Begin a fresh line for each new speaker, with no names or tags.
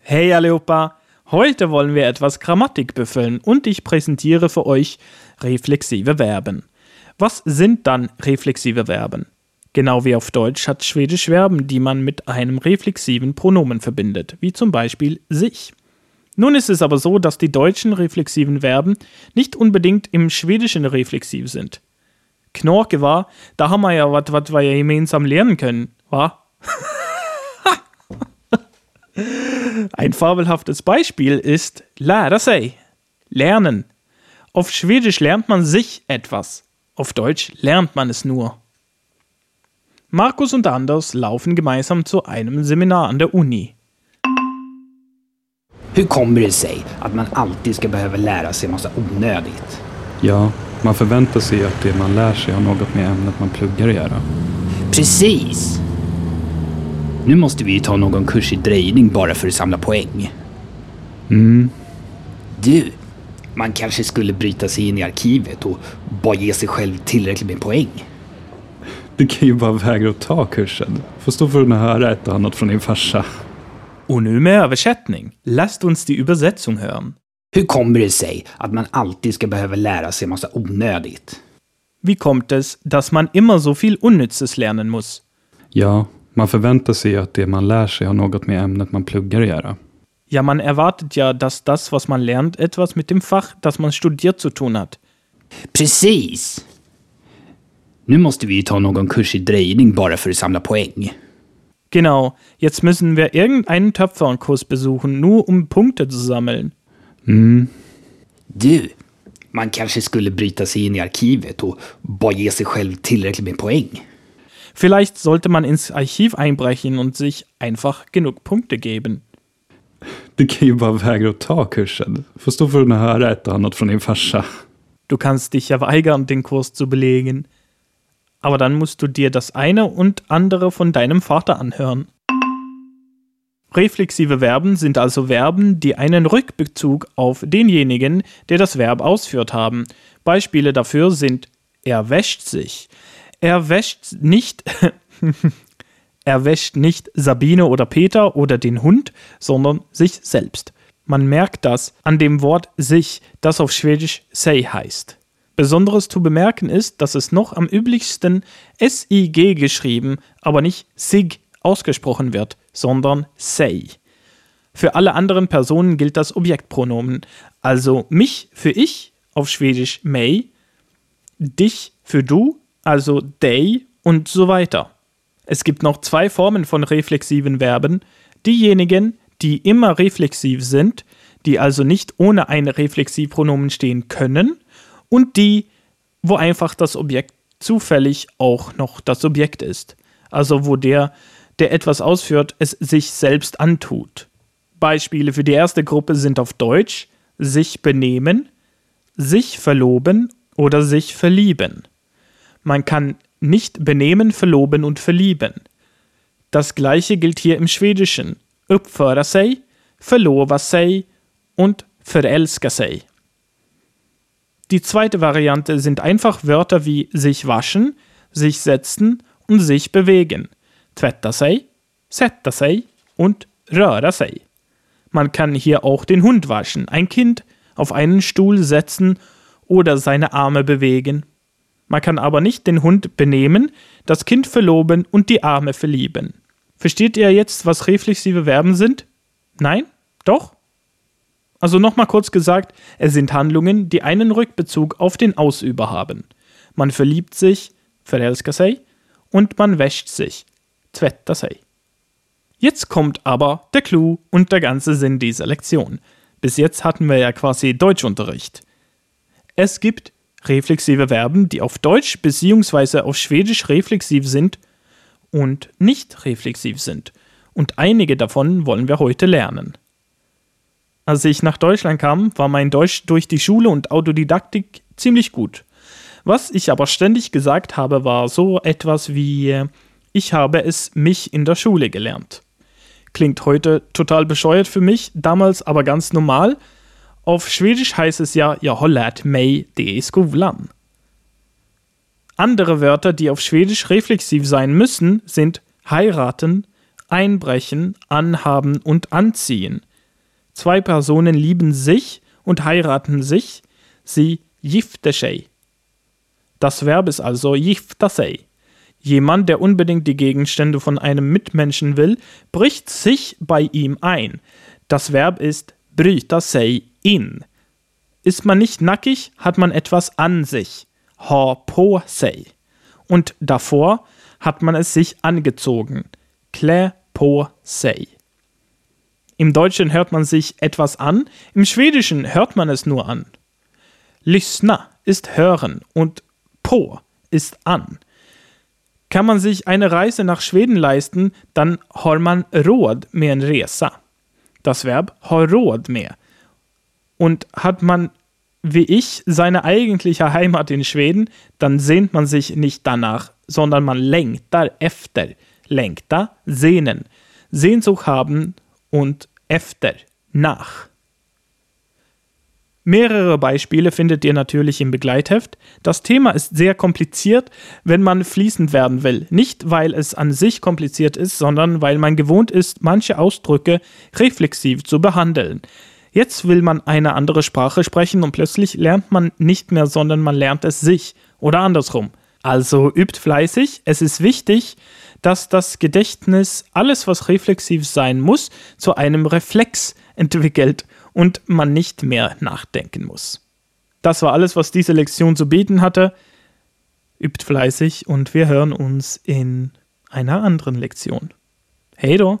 Hey Aleopa, heute wollen wir etwas Grammatik befüllen und ich präsentiere für euch reflexive Verben. Was sind dann reflexive Verben? Genau wie auf Deutsch hat Schwedisch Verben, die man mit einem reflexiven Pronomen verbindet, wie zum Beispiel sich. Nun ist es aber so, dass die deutschen reflexiven Verben nicht unbedingt im Schwedischen reflexiv sind. Knorke war, da haben wir ja was, was wir ja gemeinsam lernen können, wa? Ein fabelhaftes Beispiel ist lära sig, lernen. Auf Schwedisch lernt man sich etwas, auf Deutsch lernt man es nur. Markus und Anders laufen gemeinsam zu einem Seminar an der Uni.
Hur kommer det sig att man alltid ska behöva lära sig massa onödigt?
Ja, man förväntar sig att det man lär sig har något med ämnet man pluggar att göra.
Precis! Nu måste vi ju ta någon kurs i drejning bara för att samla poäng. Mm. Du, man kanske skulle bryta sig in i arkivet och bara ge sig själv tillräckligt med poäng.
Du kan ju bara vägra att ta kursen. Får stå för att höra ett och annat från din farsa.
Und mehr Übersetzung. Lasst uns die Übersetzung hören.
Hur kommer det sig att man alltid ska behöva lära sig massa onödigt?
Wie kommt es, dass man immer so viel Unnützes lernen muss?
Ja, man förväntar sig att det man lär sig har något med ämnet man pluggar att göra.
Ja, man erwartet ja, dass das, was man lernt, etwas mit dem Fach, das man studiert, zu tun hat.
Precis! Nu måste vi ju ta någon kurs i drejning bara för att samla poäng.
Genau, jetzt müssen wir irgendeinen Töpferkurs besuchen, nur um Punkte zu sammeln.
Du, man kanske skulle bryta sig in i arkivet och bara ge sig själv tillräckligt med poäng.
Vielleicht sollte man ins Archiv einbrechen und sich einfach genug Punkte geben.
Du kan ju bara vägra att ta kursen. Får stå för att höra ett och annat från din farsa.
Du kannst dich ja weigern, den Kurs zu belegen. Aber dann musst du dir das eine und andere von deinem Vater anhören. Reflexive Verben sind also Verben, die einen Rückbezug auf denjenigen, der das Verb ausführt, haben. Beispiele dafür sind er wäscht sich, er wäscht nicht, er wäscht nicht Sabine oder Peter oder den Hund, sondern sich selbst. Man merkt das an dem Wort sich, das auf Schwedisch say heißt. Besonderes zu bemerken ist, dass es noch am üblichsten SIG geschrieben, aber nicht SIG ausgesprochen wird, sondern say. Für alle anderen Personen gilt das Objektpronomen, also mich für ich auf Schwedisch mej, dich für du, also they und so weiter. Es gibt noch zwei Formen von reflexiven Verben. Diejenigen, die immer reflexiv sind, die also nicht ohne ein Reflexivpronomen stehen können, und die, wo einfach das Objekt zufällig auch noch das Objekt ist. Also wo der, der etwas ausführt, es sich selbst antut. Beispiele für die erste Gruppe sind auf Deutsch sich benehmen, sich verloben oder sich verlieben. Man kann nicht benehmen, verloben und verlieben. Das gleiche gilt hier im Schwedischen. Uppföra sig, förlova sig und förälska sig. Die zweite Variante sind einfach Wörter wie sich waschen, sich setzen und sich bewegen. Tvätta sig, sätta sig und röra sig. Man kann hier auch den Hund waschen, ein Kind auf einen Stuhl setzen oder seine Arme bewegen. Man kann aber nicht den Hund benehmen, das Kind verloben und die Arme verlieben. Versteht ihr jetzt, was reflexive Verben sind? Nein? Doch? Also nochmal kurz gesagt, es sind Handlungen, die einen Rückbezug auf den Ausüber haben. Man verliebt sich, förälskar sig, und man wäscht sich, tvättar sig. Jetzt kommt aber der Clou und der ganze Sinn dieser Lektion. Bis jetzt hatten wir ja quasi Deutschunterricht. Es gibt reflexive Verben, die auf Deutsch bzw. auf Schwedisch reflexiv sind und nicht reflexiv sind. Und einige davon wollen wir heute lernen. Als ich nach Deutschland kam, war mein Deutsch durch die Schule und Autodidaktik ziemlich gut. Was ich aber ständig gesagt habe, war so etwas wie äh, ich habe es mich in der Schule gelernt. Klingt heute total bescheuert für mich, damals aber ganz normal. Auf Schwedisch heißt es ja jag har lärt mig det i skolan. Andere Wörter, die auf Schwedisch reflexiv sein müssen, sind heiraten, einbrechen, anhaben und anziehen. Zwei Personen lieben sich und heiraten sich. Sie gifter sig. Das Verb ist also gifta sig. Jemand, der unbedingt die Gegenstände von einem Mitmenschen will, bricht sich bei ihm ein. Das Verb ist bryta sig in. Ist man nicht nackig, hat man etwas an sich. Ha på sig. Und davor hat man es sich angezogen. Klä på sig. Im Deutschen hört man sich etwas an, im Schwedischen hört man es nur an. Lyssna ist hören und på ist an. Kann man sich eine Reise nach Schweden leisten, dann har man råd med en resa. Das Verb har råd med. Und hat man, wie ich, seine eigentliche Heimat in Schweden, dann sehnt man sich nicht danach, sondern man längtar efter. Längta, sehnen. Sehnsucht haben und efter, nach. Mehrere Beispiele findet ihr natürlich im Begleitheft. Das Thema ist sehr kompliziert, wenn man fließend werden will. Nicht, weil es an sich kompliziert ist, sondern weil man gewohnt ist, manche Ausdrücke reflexiv zu behandeln. Jetzt will man eine andere Sprache sprechen und plötzlich lernt man nicht mehr, sondern man lernt es sich oder andersrum. Also übt fleißig. Es ist wichtig, dass das Gedächtnis alles, was reflexiv sein muss, zu einem Reflex entwickelt und man nicht mehr nachdenken muss. Das war alles, was diese Lektion zu bieten hatte. Übt fleißig und wir hören uns in einer anderen Lektion. Hey do!